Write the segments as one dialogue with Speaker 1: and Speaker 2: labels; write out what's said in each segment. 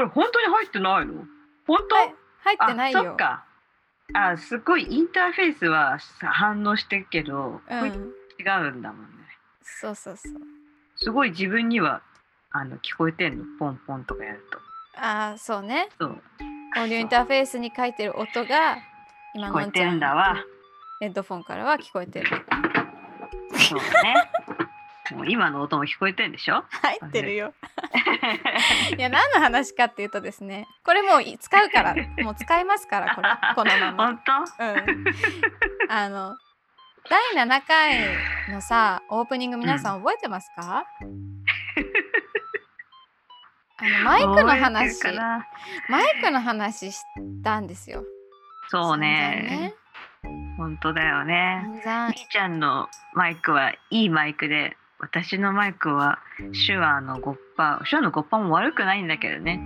Speaker 1: れ本当に入ってないの本当、
Speaker 2: はい入ってない
Speaker 1: あそっ
Speaker 2: よ。
Speaker 1: かあすごいインターフェースはさ反応してるけど、
Speaker 2: う
Speaker 1: これ違
Speaker 2: ん。
Speaker 1: うんだもんね
Speaker 2: そうそうそう。
Speaker 1: すごい自分にはあの聞こえてんのポンポンとかやる
Speaker 2: ああ、そうね。
Speaker 1: とそう
Speaker 2: オーディオインターフェースに書いてる音が今
Speaker 1: 聞
Speaker 2: の
Speaker 1: こえ
Speaker 2: んち
Speaker 1: て
Speaker 2: ゃ
Speaker 1: ん
Speaker 2: ん
Speaker 1: だわ
Speaker 2: ヘッドフォンからは聞こえてる。
Speaker 1: そうだね もう今の音も聞こえてんでしょ
Speaker 2: 入ってるよ。いや何の話かっていうとですねこれもう使うからもう使いますからこれこのまま。
Speaker 1: 本当
Speaker 2: うんあの第7回のさオープニング皆さん覚えてます か、あのマイクの
Speaker 1: 覚え
Speaker 2: 話
Speaker 1: てるかな
Speaker 2: マイクの話したんですよ。
Speaker 1: そうね本当だよ
Speaker 2: 散々ね。
Speaker 1: ね
Speaker 2: 散々
Speaker 1: みーちゃんのマイクはいいマイクで私のマイクは手話のゴッパ手話のゴッパも悪くないんだけどね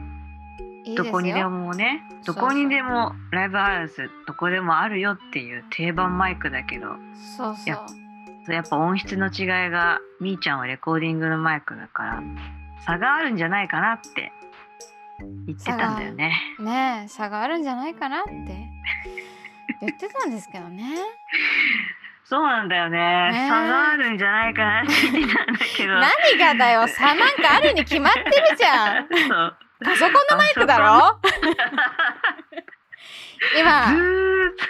Speaker 2: いい
Speaker 1: ど
Speaker 2: です
Speaker 1: こにで
Speaker 2: よ。
Speaker 1: もね
Speaker 2: そ
Speaker 1: ど
Speaker 2: うそう
Speaker 1: こにでもライブハウスどこでもあるよっていう定番マイクだけど
Speaker 2: そう
Speaker 1: い
Speaker 2: そう
Speaker 1: や。やっぱ音質の違いがみーちゃんはレコーディングのマイクだから差があるんじゃないかなって言ってたんだよね
Speaker 2: ねえ差があるんじゃないかなって言ってたんですけど ね。
Speaker 1: そうなんだよね、
Speaker 2: ね
Speaker 1: 差があるんじゃないかなって言ってたんだけど。
Speaker 2: 何がだよ差なんかあるに決まってるじゃん
Speaker 1: そう
Speaker 2: パソコンのマイクだ ろ
Speaker 1: ず
Speaker 2: 今
Speaker 1: ーっと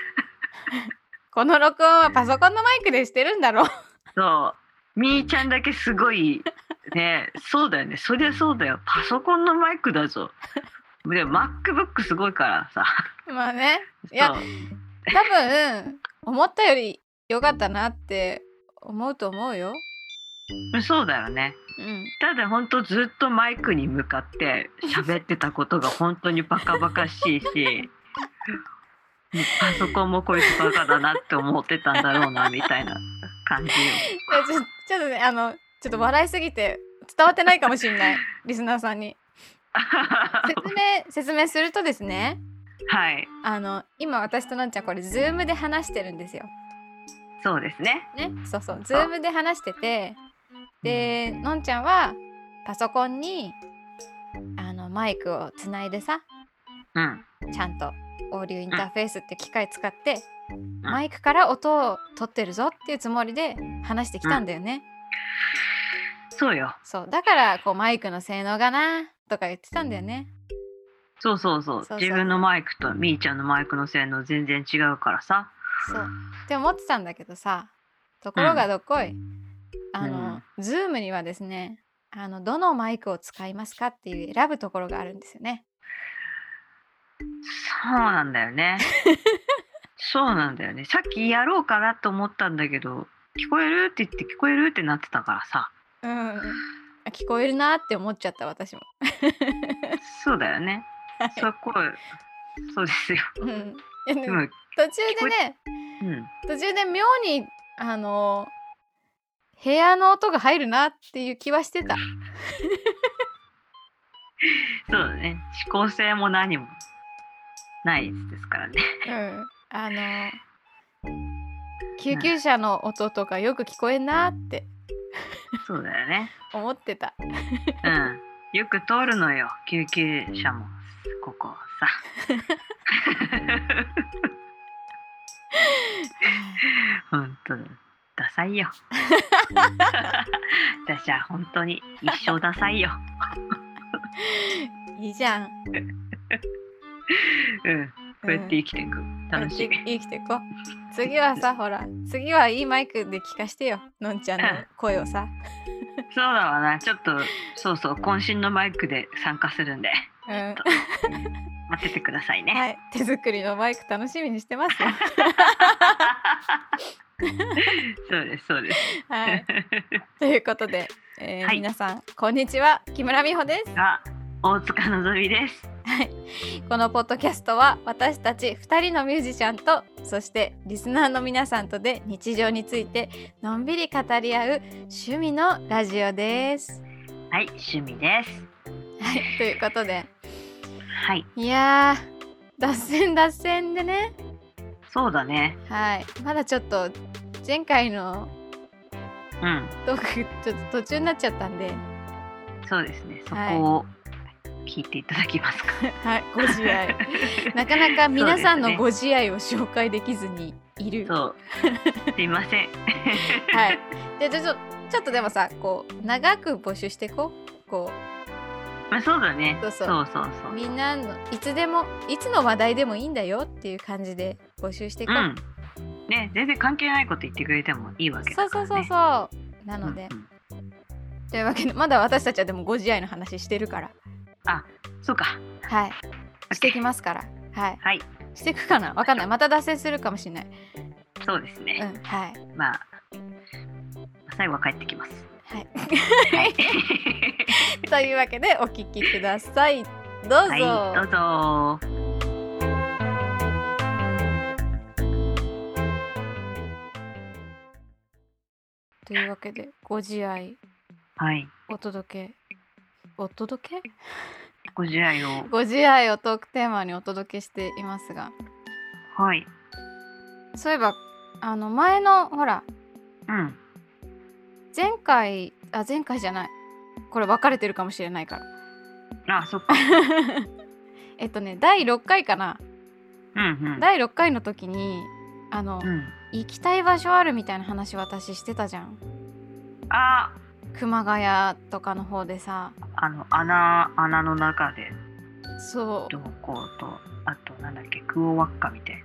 Speaker 2: この録音はパソコンのマイクでしてるんだろ
Speaker 1: そうみーちゃんだけすごいねそうだよねそりゃそうだよパソコンのマイクだぞでも MacBook すごいからさ
Speaker 2: まあねいや
Speaker 1: そう
Speaker 2: 多分思ったより良かったなって思うと思うよ。
Speaker 1: そうだよね
Speaker 2: うん、
Speaker 1: ただほんとずっとマイクに向かって喋ってたことが本当にバカバカしいしもうパソコンもこいつバカだなって思ってたんだろうなみたいな感じ
Speaker 2: い
Speaker 1: よ
Speaker 2: やちょちょっとねあのちょっと笑いすぎて伝わってないかもしれないリスナーさんに。説明説明するとですね
Speaker 1: はい
Speaker 2: あの今私となんちゃんこれ Zoom で話してるんですよ。
Speaker 1: そうですね
Speaker 2: ね、そうそう Zoom で話しててでのんちゃんはパソコンにあのマイクをつないでさ
Speaker 1: うん
Speaker 2: ちゃんとオーディオインターフェースって機械使って
Speaker 1: ん
Speaker 2: マイクから音を取ってるぞっていうつもりで話してきたんだよね。
Speaker 1: そうよ
Speaker 2: そうだからこうマイクの性能がなとか言ってたんだよね。
Speaker 1: そうそうそ
Speaker 2: そう
Speaker 1: う
Speaker 2: そう
Speaker 1: 自分のマイクとみーちゃんのマイクの性能全然違うからさ
Speaker 2: そうって思ってたんだけどさところがどっこい、あの、Zoom にはですねあのどのマイクを使いますかっていう選ぶところがあるんですよね。
Speaker 1: そうなんだよねそうなんだよねさっきやろうかなと思ったんだけど聞こえるって言って聞こえるってなってたからさ
Speaker 2: うん、聞こえるなって思っちゃった私も。
Speaker 1: そうだよねそこそうですよ
Speaker 2: うん、いやで
Speaker 1: で
Speaker 2: も
Speaker 1: も
Speaker 2: 途中でね
Speaker 1: うん
Speaker 2: 途中で妙にあの部屋の音が入るなっていう気はしてた。
Speaker 1: そうだね指向性も何もないですからね
Speaker 2: うん、あの救急車の音とかよく聞こえんなって
Speaker 1: そうだよね
Speaker 2: 思ってた。
Speaker 1: うんよく通るのよ救急車もここさ本当だダサ いよ私は本当に一生ダサいよ
Speaker 2: いいじゃん。
Speaker 1: うんこうやって
Speaker 2: うん
Speaker 1: 生きていく、楽しい
Speaker 2: こうやって生きていこう。次はさほら次はいいマイクで聞かしてよのんちゃんの声をさ。
Speaker 1: そうだわなちょっとそうそう渾身のマイクで参加するんで
Speaker 2: うん
Speaker 1: 待っててくださいね、
Speaker 2: はい、手作りのマイク楽しみにしてます よ。
Speaker 1: そうですそうです、
Speaker 2: はい、ということで、えー
Speaker 1: はい
Speaker 2: 皆さんこんにちは木村美穂です。
Speaker 1: あ大塚のぞみです
Speaker 2: このポッドキャストは私たち2人のミュージシャンとそしてリスナーの皆さんとで日常についてのんびり語り合う趣味のラジオです。
Speaker 1: はい趣味です
Speaker 2: はい、ということで
Speaker 1: はい
Speaker 2: いやー脱線脱線でね、
Speaker 1: そうだね
Speaker 2: はい、まだちょっと前回の
Speaker 1: うん
Speaker 2: トークちょっと途中になっちゃったんで。
Speaker 1: そうですねそ
Speaker 2: はい
Speaker 1: こを聞いていただきますか。
Speaker 2: はい、ご自 愛。なかなか皆さんのご自愛を紹介できずにいる。
Speaker 1: そう。すいません。
Speaker 2: はい。で、ちょっと、ちょっとでもさ、こう、長く募集していこう。こ
Speaker 1: まあそうだね。
Speaker 2: そうそう、
Speaker 1: そうそうそうう。
Speaker 2: みんなの、いつでも、いつの話題でもいいんだよっていう感じで募集していこう。
Speaker 1: うん。ね、全然関係ないこと言ってくれてもいいわけ
Speaker 2: そう
Speaker 1: だ
Speaker 2: そ
Speaker 1: から、
Speaker 2: うそう
Speaker 1: ね。う。
Speaker 2: そう。なので、
Speaker 1: ん
Speaker 2: というわけで、まだ私たちはでもご自愛の話してるから。
Speaker 1: うん、そうか。
Speaker 2: はい。していきますから。はい。
Speaker 1: はい。
Speaker 2: していくかなわかんない。また脱線するかもしれない。
Speaker 1: そうです
Speaker 2: う
Speaker 1: ね。
Speaker 2: ん。はい。
Speaker 1: まあ最後は帰ってきます。
Speaker 2: はい。
Speaker 1: はい。
Speaker 2: というわけで、お聞きください。どうぞ。
Speaker 1: はい、どうぞ。
Speaker 2: というわけで、ご自愛、
Speaker 1: はい。
Speaker 2: お届け。お届け
Speaker 1: ご自愛を。
Speaker 2: ご自愛をトークテーマにお届けしていますが
Speaker 1: はい。
Speaker 2: そういえばあの前のほら
Speaker 1: うん。
Speaker 2: 前回あ前回じゃないこれ分かれてるかもしれないから
Speaker 1: あ、そっか。
Speaker 2: えっとね第6回かな
Speaker 1: うんうん。
Speaker 2: 第6回の時にあの、
Speaker 1: うん。
Speaker 2: 行きたい場所あるみたいな話私してたじゃん
Speaker 1: あ、
Speaker 2: 熊谷とかの方でさ
Speaker 1: あの穴穴の中で
Speaker 2: そ
Speaker 1: どうこうと、あとなんだっけクオワッカみたい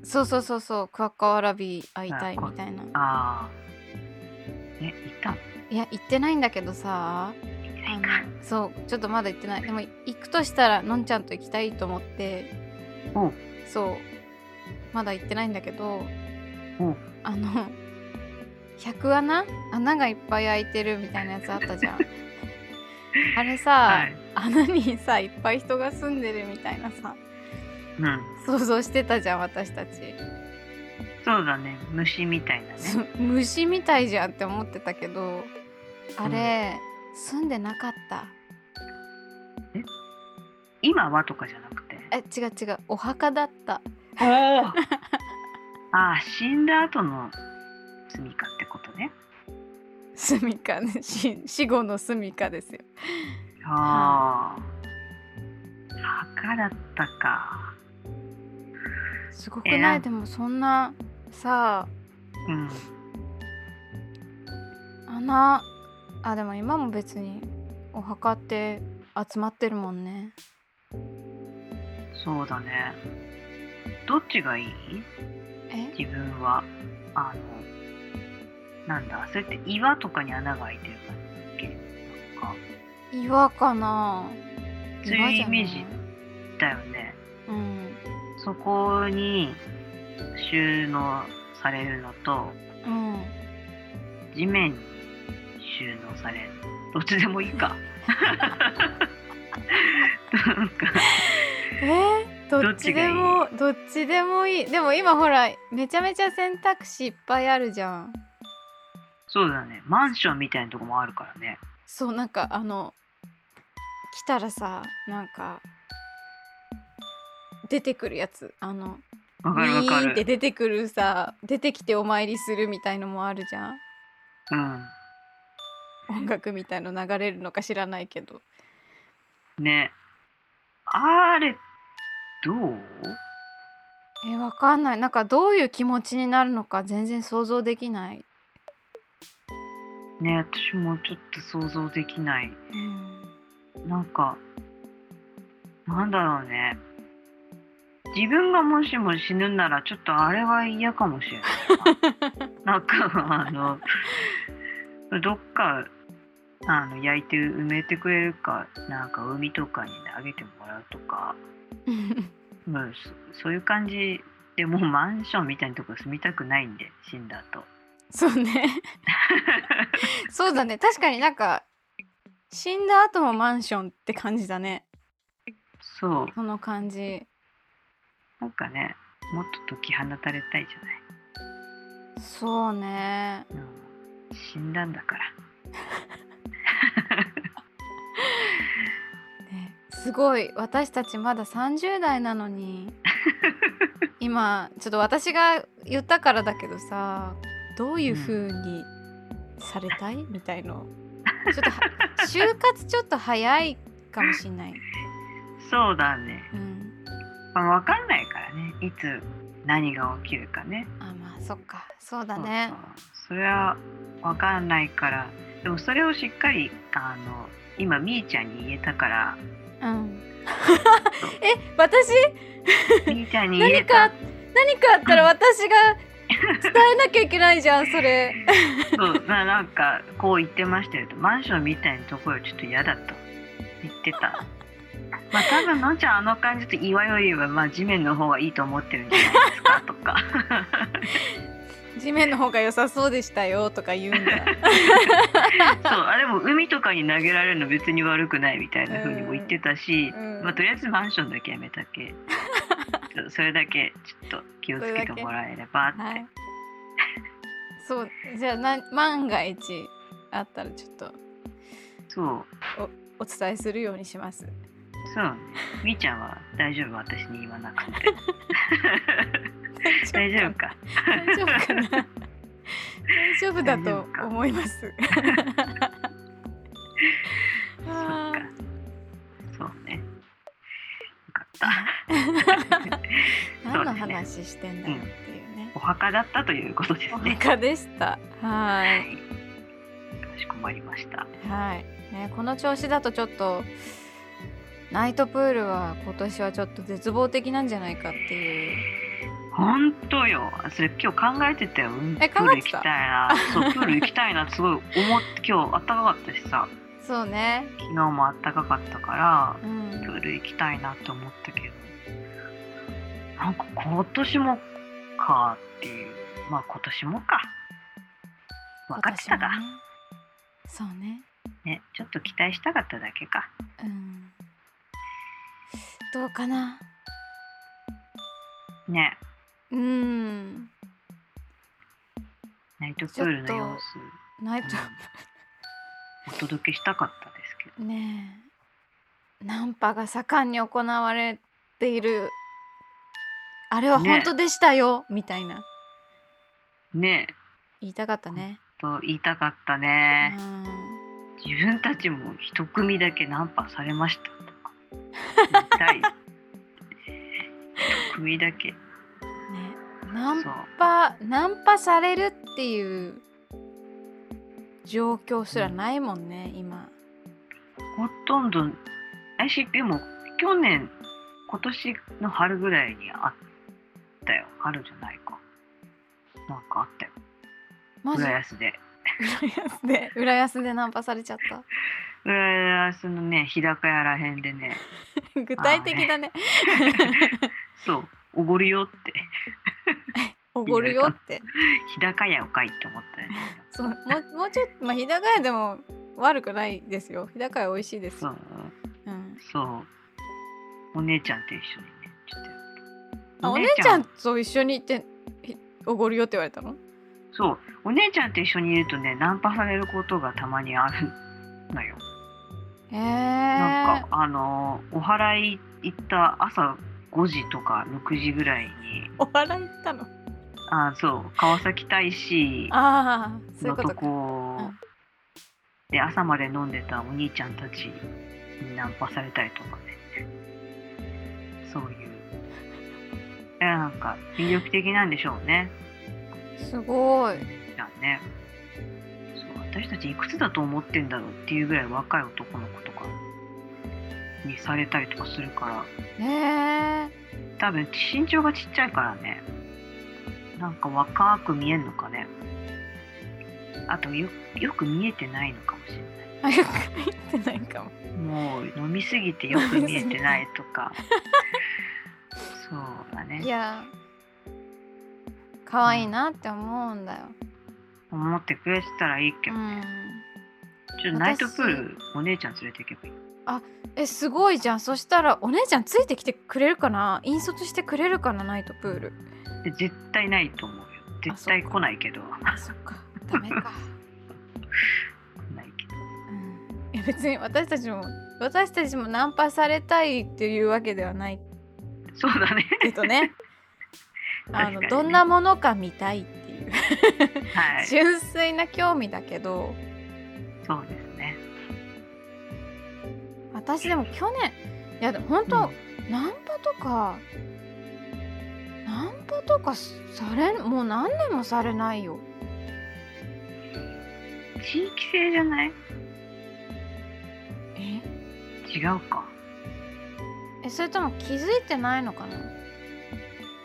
Speaker 1: う
Speaker 2: そうそうそうそうクワッカワラビ会いたいみたいな
Speaker 1: な。ああ。ね、いた。
Speaker 2: いや行ってないんだけどさ
Speaker 1: い
Speaker 2: あ
Speaker 1: ない
Speaker 2: の
Speaker 1: か。
Speaker 2: そうちょっとまだ行ってないでも行くとしたらのんちゃんと行きたいと思って
Speaker 1: おう
Speaker 2: そうまだ行ってないんだけど
Speaker 1: うん
Speaker 2: あの100穴穴がいっぱい開いてるみたいなやつあった じゃんあれさ、
Speaker 1: はい。
Speaker 2: 穴にさいっぱい人が住んでるみたいなさ
Speaker 1: うん。
Speaker 2: 想像してたじゃん私たち、
Speaker 1: そうだね。虫みたいなね。
Speaker 2: そう虫みたいじゃんって思ってたけどあれ、住んでなかった
Speaker 1: 今はとかじゃなくて。
Speaker 2: え違う違うお墓だった
Speaker 1: おお。 ああ、死んだ後の住みかってことね。
Speaker 2: 住みかねし死後の住みかですよ
Speaker 1: ああ。墓だったか。
Speaker 2: すごくない、
Speaker 1: えー
Speaker 2: でもそんなさ
Speaker 1: うん。
Speaker 2: 穴あでも今も別にお墓って集まってるもんね
Speaker 1: そうだね。どっちがいい
Speaker 2: え
Speaker 1: 自分は。あの、なんだ、それって岩とかに穴が開いてるからだっけなんか、
Speaker 2: 岩かな
Speaker 1: そういうイメー
Speaker 2: 岩
Speaker 1: ジ
Speaker 2: じゃない
Speaker 1: だよね。
Speaker 2: うん
Speaker 1: そこに収納されるのと、
Speaker 2: うん
Speaker 1: 地面に収納される。どっちでもいいか。なんか、
Speaker 2: えーどっちでもどっちでもいいでも今ほらめちゃめちゃ選択肢いっぱいあるじゃん
Speaker 1: そうだね。マンションみたいなとこもあるからね。
Speaker 2: そうなんかあの来たらさなんか出てくるやつあの
Speaker 1: わ
Speaker 2: ウ
Speaker 1: かるわ
Speaker 2: ィ
Speaker 1: か
Speaker 2: ーンって
Speaker 1: る。
Speaker 2: 出てくるさ出てきてお参りするみたいのもあるじゃん
Speaker 1: う
Speaker 2: 音楽みたいの流れるのか知らないけど
Speaker 1: ん。ね。あれ、どう
Speaker 2: えわかんないなんかどういう気持ちになるのか全然想像できない、
Speaker 1: ね私もちょっと想像できない
Speaker 2: うん、
Speaker 1: なんかなんだろうね自分がもしも死ぬならちょっとあれは嫌かもしれないななんかあのどっかあの焼いて埋めてくれるかなんか海とかに投げてもらうとか、うん、そそういう感じでもうマンションみたいなとこ住みたくないんで死んだと。
Speaker 2: そうね そうだね確かになんか死んだ後もマンションって感じだね
Speaker 1: そう
Speaker 2: その感じ
Speaker 1: なんかねもっと解き放たれたいじゃない。
Speaker 2: そうね
Speaker 1: うん死んだんだから
Speaker 2: ねすごい私たちまだ30代なのに今ちょっと私が言ったからだけどさどういう風にされ たい、みたいのちょっとは就活ちょっと早いかもしんない
Speaker 1: そうだね、
Speaker 2: うん、
Speaker 1: まあ、分かんないからねいつ何が起きるかね
Speaker 2: あまあそっかそうだね
Speaker 1: そうそうそれは分かんないからでもそれをしっかりあの今みーちゃんに言えたから
Speaker 2: うん、え私
Speaker 1: みーちゃんに言え
Speaker 2: 何
Speaker 1: た
Speaker 2: か何かあったら私が伝えなきゃいけないじゃんそれ
Speaker 1: そうななんかこう言ってましたよとマンションみたいなところちょっと嫌だと言ってたまあ多分のんちゃんあの感じと岩よりはまあ地面の方がいいと思ってるんじゃないですか とか
Speaker 2: 地面の方が良さそうでしたよとか言うんだ
Speaker 1: そうあでも海とかに投げられるの別に悪くないみたいな風にも言ってたし、
Speaker 2: うん
Speaker 1: まあとりあえずマンションだけやめたけ そうそれだけちょっと気をつけてもらえればって、
Speaker 2: はいそうじゃあな万が一あったらちょっと
Speaker 1: そう
Speaker 2: お伝えするようにします
Speaker 1: そうねみーちゃんは大丈夫私に言わなく て 大丈夫か
Speaker 2: 大丈夫かな大丈夫だと思います あー
Speaker 1: そうね。よかった。
Speaker 2: 何の話してんだろうっていうね
Speaker 1: お墓だったということで
Speaker 2: お
Speaker 1: すね。
Speaker 2: 墓でしたはい
Speaker 1: い。かしこまりました。
Speaker 2: はい、ね、この調子だとちょっとナイトプールは今年はちょっと絶望的なんじゃないかっていう
Speaker 1: 本当よ。それ今日考えてたよ。うんプ
Speaker 2: え考
Speaker 1: ール
Speaker 2: え
Speaker 1: 行
Speaker 2: て
Speaker 1: き
Speaker 2: た
Speaker 1: たいな。そう、プール行きたいなってすごい思って、今日暖かかったしさ、
Speaker 2: そうね
Speaker 1: 昨日も暖かかったか
Speaker 2: う
Speaker 1: ら、プ
Speaker 2: ん
Speaker 1: ール行きたいなって思ったけど、なんか今年もかっていう。まあ今年もか。分かってたか
Speaker 2: 今。年もねそうね
Speaker 1: ね、ちょっと期待したかっただけか。
Speaker 2: うんどうかな
Speaker 1: ね。
Speaker 2: うん
Speaker 1: ナイトプールの様子
Speaker 2: ナイ
Speaker 1: お届けしたかったですけど
Speaker 2: トねえナンパが盛んに行われているあれは
Speaker 1: ね
Speaker 2: 本当でしたよ、みたいな
Speaker 1: ねえ
Speaker 2: 言いたかったね、
Speaker 1: と言いたかったね、自分たちも一組だけナンパされましたとか言いたい 一組だけ
Speaker 2: うんねナ
Speaker 1: そ
Speaker 2: ンナン
Speaker 1: う
Speaker 2: パナンパされるっていう状況すらないもんね、今
Speaker 1: ほとんど ICP も去年今年の春ぐらいにあったよ春じゃないかなんかあったよ
Speaker 2: マジ
Speaker 1: 浦 安で
Speaker 2: 浦安で浦安でナンパされちゃった
Speaker 1: 浦安のね日高屋らへんでね
Speaker 2: 具体的だね
Speaker 1: そうおごるよって
Speaker 2: おごるよって
Speaker 1: 日高屋をかいって思ったよね。
Speaker 2: そうもうもうちょっとまあ日高屋でも悪くないですよ日高屋美味しいです
Speaker 1: そ
Speaker 2: よ
Speaker 1: う、
Speaker 2: うん、
Speaker 1: そう。お姉ちゃんと一緒にね、ちょっとやった。
Speaker 2: あお姉ちゃんと一緒に行ってひおごるよって言われたの
Speaker 1: そう、お姉ちゃんと一緒にいるとね、ナンパされることがたまにあるのよ。
Speaker 2: へえ
Speaker 1: なんか、あのー、お祓い行った朝5時とか6時ぐらいに、
Speaker 2: お笑い行ったの
Speaker 1: あ、そう、川崎大使
Speaker 2: ああそういう
Speaker 1: の
Speaker 2: こととか
Speaker 1: こ
Speaker 2: うん
Speaker 1: で朝まで飲んでたお兄ちゃんたちにナンパされたりとかねそういういやなんか魅力的なんでしょうね
Speaker 2: すごい
Speaker 1: じゃあねそう私たちいくつだと思ってんだろうっていうぐらい若い男の子とかにされたりとかするから
Speaker 2: へえ
Speaker 1: 多分身長がちっちゃいからねなんか若く見えるのかねあとよよく見えてないのかもしれない
Speaker 2: あよく見てないかも
Speaker 1: もう飲みすぎてよく見えてないとか そうだ
Speaker 2: い
Speaker 1: ね
Speaker 2: や可愛いなって思うんだよ、
Speaker 1: 思ってくれてたらいいけ
Speaker 2: う
Speaker 1: ど、
Speaker 2: ん、
Speaker 1: ちょっとナイトプールお姉ちゃん連れて行けばいい
Speaker 2: えすごいじゃんそしたらお姉ちゃんついてきてくれるかな引率してくれるかなナイトプール
Speaker 1: で絶対ないと思うよ絶対来ないけど来
Speaker 2: あそっかダメか、
Speaker 1: ないけど
Speaker 2: うん、いや別に私たちも私たちもナンパされたいっていうわけではない
Speaker 1: そうだね
Speaker 2: けどねあ
Speaker 1: 確かに
Speaker 2: の
Speaker 1: ね
Speaker 2: どんなものか見たいっていう、
Speaker 1: はいそ
Speaker 2: 純粋な興味だけど
Speaker 1: うですね
Speaker 2: 私でも去年いやでも本当、ナンパとかナンパとかされんもう何年もされないよ
Speaker 1: 地域性じゃない
Speaker 2: え
Speaker 1: 違うか
Speaker 2: えそれとも気づいてないのかな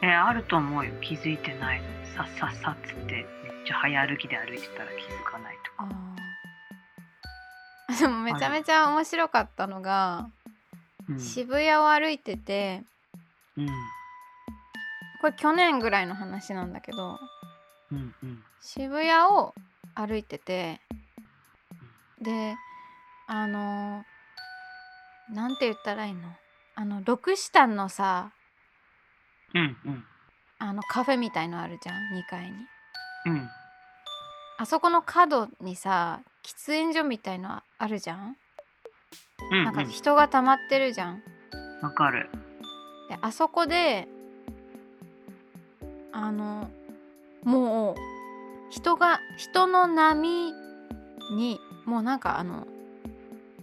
Speaker 1: えあると思うよ気づいてないのさっさっさっつってめっちゃ早歩きで歩いてたら気づかないとか
Speaker 2: あーでもめちゃめちゃ面白かったのが
Speaker 1: うん
Speaker 2: 渋谷を歩いてて
Speaker 1: うん
Speaker 2: これ去年ぐらいの話なんだけど
Speaker 1: うんうん
Speaker 2: 渋谷を歩いててであのなんて言ったらいいのあの六シタンのさ
Speaker 1: うんうん
Speaker 2: あのカフェみたいのあるじゃん2階に
Speaker 1: うん
Speaker 2: あそこの角にさ喫煙所みたいのあるじゃん
Speaker 1: うん
Speaker 2: なんか
Speaker 1: うん
Speaker 2: 人が溜まってるじゃん
Speaker 1: わかる
Speaker 2: であそこであのもう人が人の波にもうなんかあの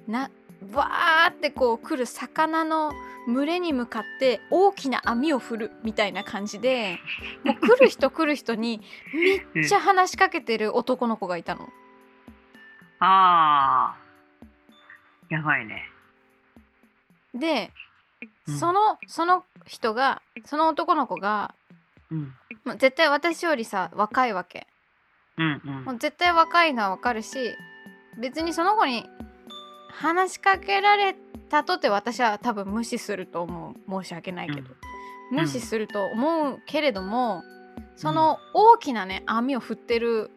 Speaker 2: なわーってこう来る魚の群れに向かって大きな網を振るみたいな感じでもう来る人来る人にめっちゃ話しかけてる男の子がいたの。
Speaker 1: あーやばいね
Speaker 2: で
Speaker 1: うん
Speaker 2: そのその人がその男の子が
Speaker 1: うん
Speaker 2: もう絶対私よりさ若いわけ。
Speaker 1: うんうん
Speaker 2: もう絶対若いのはわかるし別にその子に話しかけられたとて私は多分無視すると思う申し訳ないけど、
Speaker 1: ん
Speaker 2: 無視すると思うけれどもその大きなね網を振ってる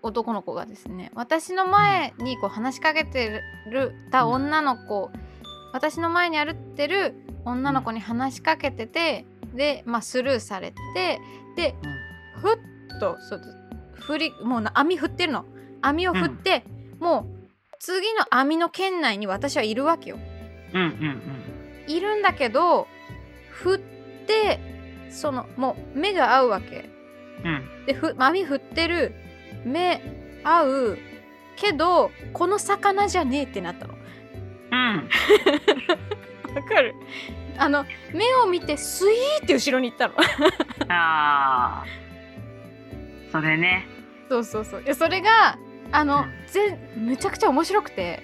Speaker 2: 男の子がですね私の前にこう話しかけてるた女の子私の前に歩ってる女の子に話しかけててで、まあ、スルーされてで
Speaker 1: うん
Speaker 2: ふっとそう振りもうな網振ってるの網を振って、もう次の網の圏内に私はいるわけよ
Speaker 1: うんうん
Speaker 2: いるんだけど振ってそのもう目が合うわけ
Speaker 1: うんうん
Speaker 2: でふ網振ってる目合うけどこの魚じゃねえってなったの
Speaker 1: うん
Speaker 2: わかるあの目を見てスイーって後ろに行った の
Speaker 1: あーそれね
Speaker 2: そうそうそういやそれがあの、
Speaker 1: うん
Speaker 2: 全めちゃくちゃ面白くて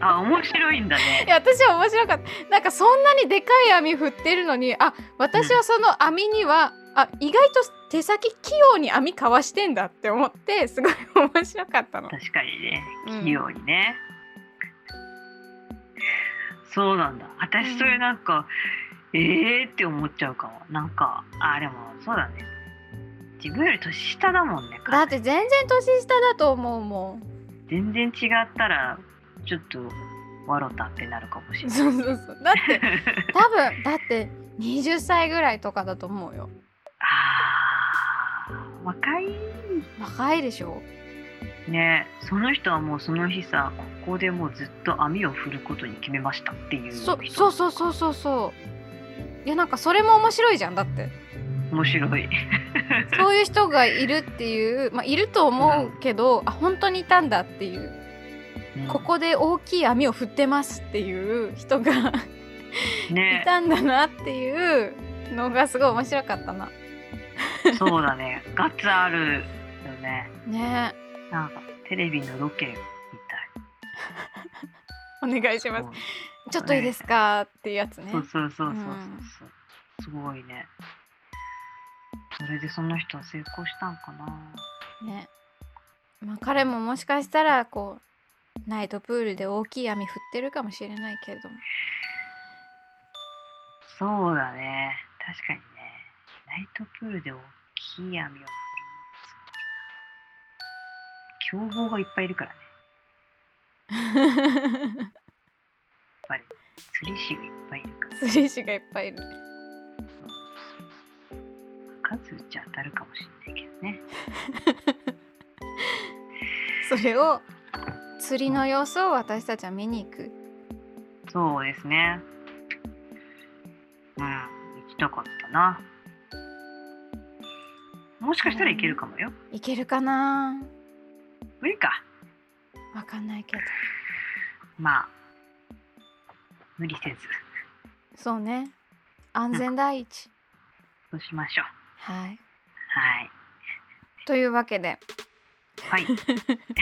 Speaker 1: あ面白いんだね
Speaker 2: いや私は面白かったなんかそんなにでかい網振ってるのにあ私はその網には、あ意外と手先器用に網かわしてんだって思ってすごい面白かったの。
Speaker 1: 確かにね
Speaker 2: うん
Speaker 1: 器用にね、そうなんだ
Speaker 2: う
Speaker 1: 私
Speaker 2: ん
Speaker 1: それなんか、えーって思っちゃうかもなんかあでもそうだね自分より年下だもんね
Speaker 2: だって全然年下だと思うもん。
Speaker 1: 全然違ったらちょっとわろたってなるかもしれない
Speaker 2: そうそうそうだって多分だって20歳ぐらいとかだと思うよ。
Speaker 1: あー若い
Speaker 2: 若いでしょ
Speaker 1: ねその人はもうその日さここでもうずっと網を振ることに決めましたっていう
Speaker 2: そ
Speaker 1: 人
Speaker 2: そうそうそうそうそう。いやなんかそれも面白いじゃんだって
Speaker 1: 面白い
Speaker 2: そういう人がいるっていう、まあ、いると思うけど、あ本当にいたんだっていう
Speaker 1: うん
Speaker 2: ここで大きい網を振ってますっていう人がい
Speaker 1: ね
Speaker 2: たんだなっていうのがすごい面白かったな。
Speaker 1: そうだねガッツあるよね
Speaker 2: ね
Speaker 1: なんかテレビのロケみ
Speaker 2: お願いしたま
Speaker 1: い
Speaker 2: す。。ちょっといいですかっていうやつね
Speaker 1: そ。うそうそうそうそう
Speaker 2: うん
Speaker 1: そう。すごいね。それでその人は成功したんかな。
Speaker 2: ねまあ、彼ももしかしたらこうナイトプールで大きい網振ってるかもしれないけれども。
Speaker 1: そうだね。確かにね。ナイトプールで大きい網を振るのすごいな。凶暴がいっぱいいるからね。やっぱり釣り師がいっぱいいるから。
Speaker 2: 釣り師がいっぱいいる。
Speaker 1: 数打ちゃ当たるかもしれないけどね。
Speaker 2: それを釣りの様子を私たちは見に行く。
Speaker 1: そうですね。うん、行きたかったな。もしかしたらいけるかもよ。
Speaker 2: 行けるかな
Speaker 1: 無理か。
Speaker 2: わかんないけど。
Speaker 1: まあ、無理せず
Speaker 2: そうね安全第一、
Speaker 1: そうしましょう
Speaker 2: はい
Speaker 1: はい
Speaker 2: というわけで
Speaker 1: はいというこ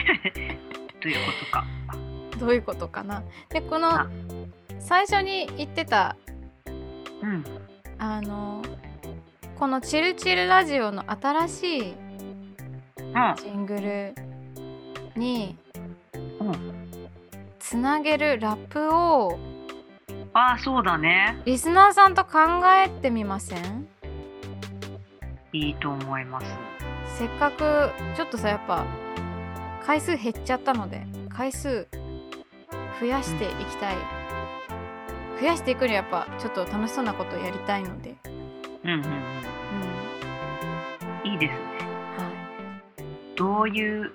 Speaker 1: とか
Speaker 2: どういうことかなでこの
Speaker 1: あ
Speaker 2: 最初に言ってた
Speaker 1: うん
Speaker 2: あのこの「チルチルラジオ」の新しい
Speaker 1: うん
Speaker 2: ジングルに
Speaker 1: う
Speaker 2: つなげるラップを
Speaker 1: ああそうだね
Speaker 2: リスナーさんと考えてみません
Speaker 1: いいと思います
Speaker 2: せっかくちょっとさやっぱ回数減っちゃったので回数増やしていきたい増やしていくにはやっぱちょっと楽しそうなことをやりたいので、
Speaker 1: うんう
Speaker 2: うん
Speaker 1: んうんいいですね
Speaker 2: は
Speaker 1: どういう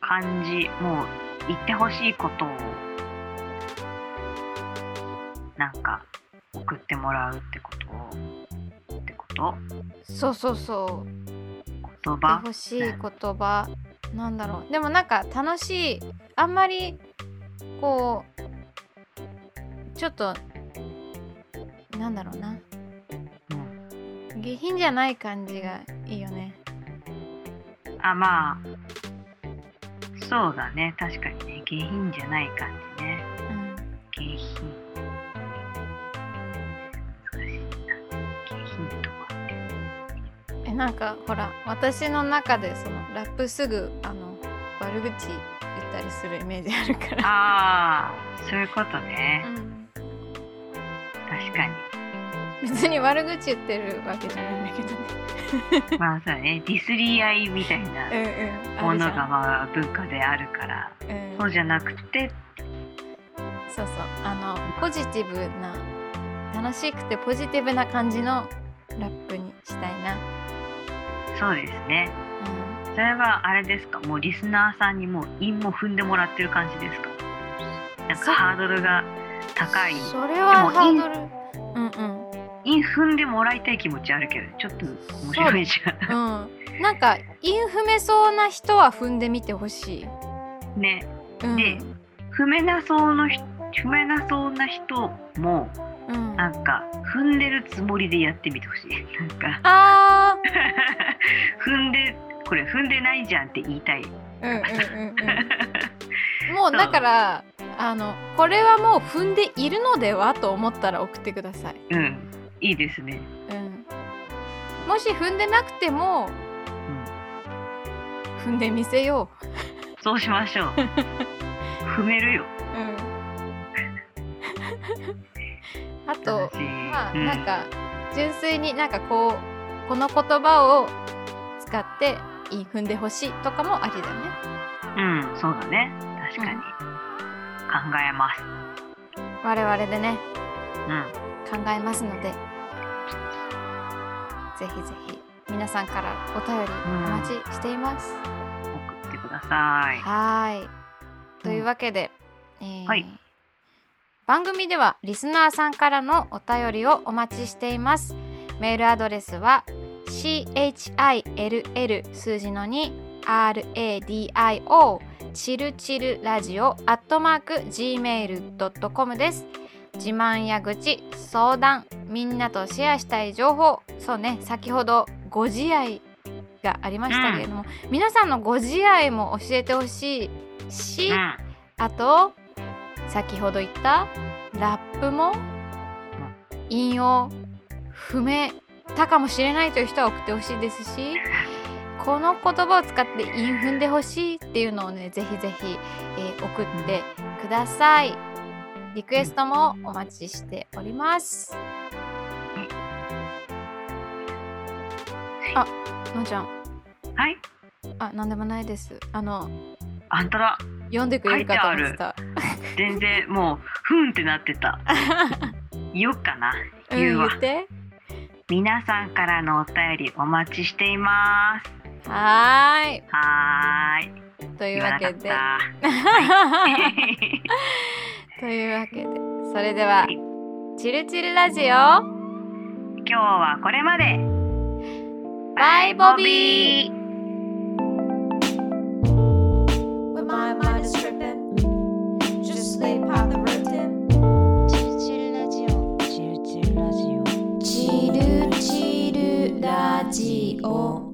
Speaker 1: 感じもう言ってほしいことをなんか送ってもらうってことをってこと
Speaker 2: い、そうそうそう
Speaker 1: 言
Speaker 2: 言っ
Speaker 1: 葉
Speaker 2: てほしい言葉なんだろうでもなんか楽しいあんまりこうちょっとなんだろうな
Speaker 1: うん
Speaker 2: 下品じゃない感じがいいよね
Speaker 1: あまあそうだね確かにね下品じゃない感じね
Speaker 2: うん
Speaker 1: 下品難しいな下品とかって
Speaker 2: えなんかほら私の中でそのラップすぐあの悪口言ったりするイメージあるから、
Speaker 1: ああそういうこと
Speaker 2: う
Speaker 1: ね
Speaker 2: ん、
Speaker 1: 確かに
Speaker 2: 別に悪口言ってるわけじゃないんだけどね
Speaker 1: まあそうだねディスり合いみたい
Speaker 2: うん
Speaker 1: なも
Speaker 2: うん
Speaker 1: の
Speaker 2: ある
Speaker 1: がまあ文化であるから
Speaker 2: じゃん、うん、
Speaker 1: そうじゃなくて
Speaker 2: そうそうあのポジティブな楽しくてポジティブな感じのラップにしたいな、
Speaker 1: そうですね
Speaker 2: うん、
Speaker 1: それはあれですかもうリスナーさんにもう韻も踏んでもらってる感じですかなん
Speaker 2: そ
Speaker 1: か
Speaker 2: う
Speaker 1: ハードルが高い
Speaker 2: それは
Speaker 1: でも
Speaker 2: ハ
Speaker 1: いい
Speaker 2: ードルうんうん
Speaker 1: 韻踏んでもらいたい気持ちあるけどちょっと面白いじゃ
Speaker 2: うん、なんかインフめそうな人は踏んでみてほしい、
Speaker 1: ん ね
Speaker 2: うん
Speaker 1: ね踏めなそうの人踏めなそうな人も
Speaker 2: うん、
Speaker 1: なんか踏んでるつもりでやってみてほしい なんか
Speaker 2: あ
Speaker 1: 踏んでこれ踏んでないじゃんって言いたい
Speaker 2: ーうんうんう んうんもうだからあのこれはもう踏んでいるのではと思ったら送ってください、
Speaker 1: うんいいですね
Speaker 2: うん、もし踏んでなくても
Speaker 1: うん
Speaker 2: 踏んでみせよ
Speaker 1: そうしましょ う。踏めるよ。
Speaker 2: う、うん、 あと
Speaker 1: 正しい
Speaker 2: まあ
Speaker 1: うん
Speaker 2: なんか純粋になんかこうこの言葉を使っていい踏んでほしいとかもありだね
Speaker 1: うん、そうだね。確か
Speaker 2: う
Speaker 1: に。
Speaker 2: ん
Speaker 1: 考えます。
Speaker 2: 我々でね
Speaker 1: うん。
Speaker 2: 考えますのでぜひぜひ皆さんからお便りお待ちしています、
Speaker 1: 送ってください。
Speaker 2: はーいというわけで、えー
Speaker 1: はい
Speaker 2: 番組ではリスナーさんからのお便りをお待ちしていますメールアドレスは CHILL 数字の 2RADIO チルチルラジオアットマーク Gmail.com です自慢や愚痴相談みんなとシェアしたい情報そうね先ほどご自愛がありましたけれども、皆さんのご自愛も教えてほしいし、
Speaker 1: う
Speaker 2: あと先ほど言ったラップも韻を踏めたかもしれないという人は送ってほしいですしこの言葉を使って韻踏んでほしいっていうのをねぜひぜひ、えー送ってくださいリクエストもお待ちしておりますあのんちゃん
Speaker 1: ん。はい。
Speaker 2: あなんでもないですあの
Speaker 1: あんたら、
Speaker 2: 読んでくれるかと思ってた
Speaker 1: 全然もう、ふんってなっ てた。言おっかな。
Speaker 2: うん
Speaker 1: 言うわ
Speaker 2: 言って
Speaker 1: 皆さんからのお便りお待ちしています。
Speaker 2: はーい
Speaker 1: はーい。
Speaker 2: という
Speaker 1: 言
Speaker 2: わ
Speaker 1: わなか
Speaker 2: け
Speaker 1: っ
Speaker 2: で。
Speaker 1: た。
Speaker 2: というわけでそれでは
Speaker 1: はい
Speaker 2: 「チルチルラジオ
Speaker 1: 今日はこれまで。
Speaker 2: バイボビー」
Speaker 3: When my mind is tripping, just sleep out the routine.
Speaker 2: を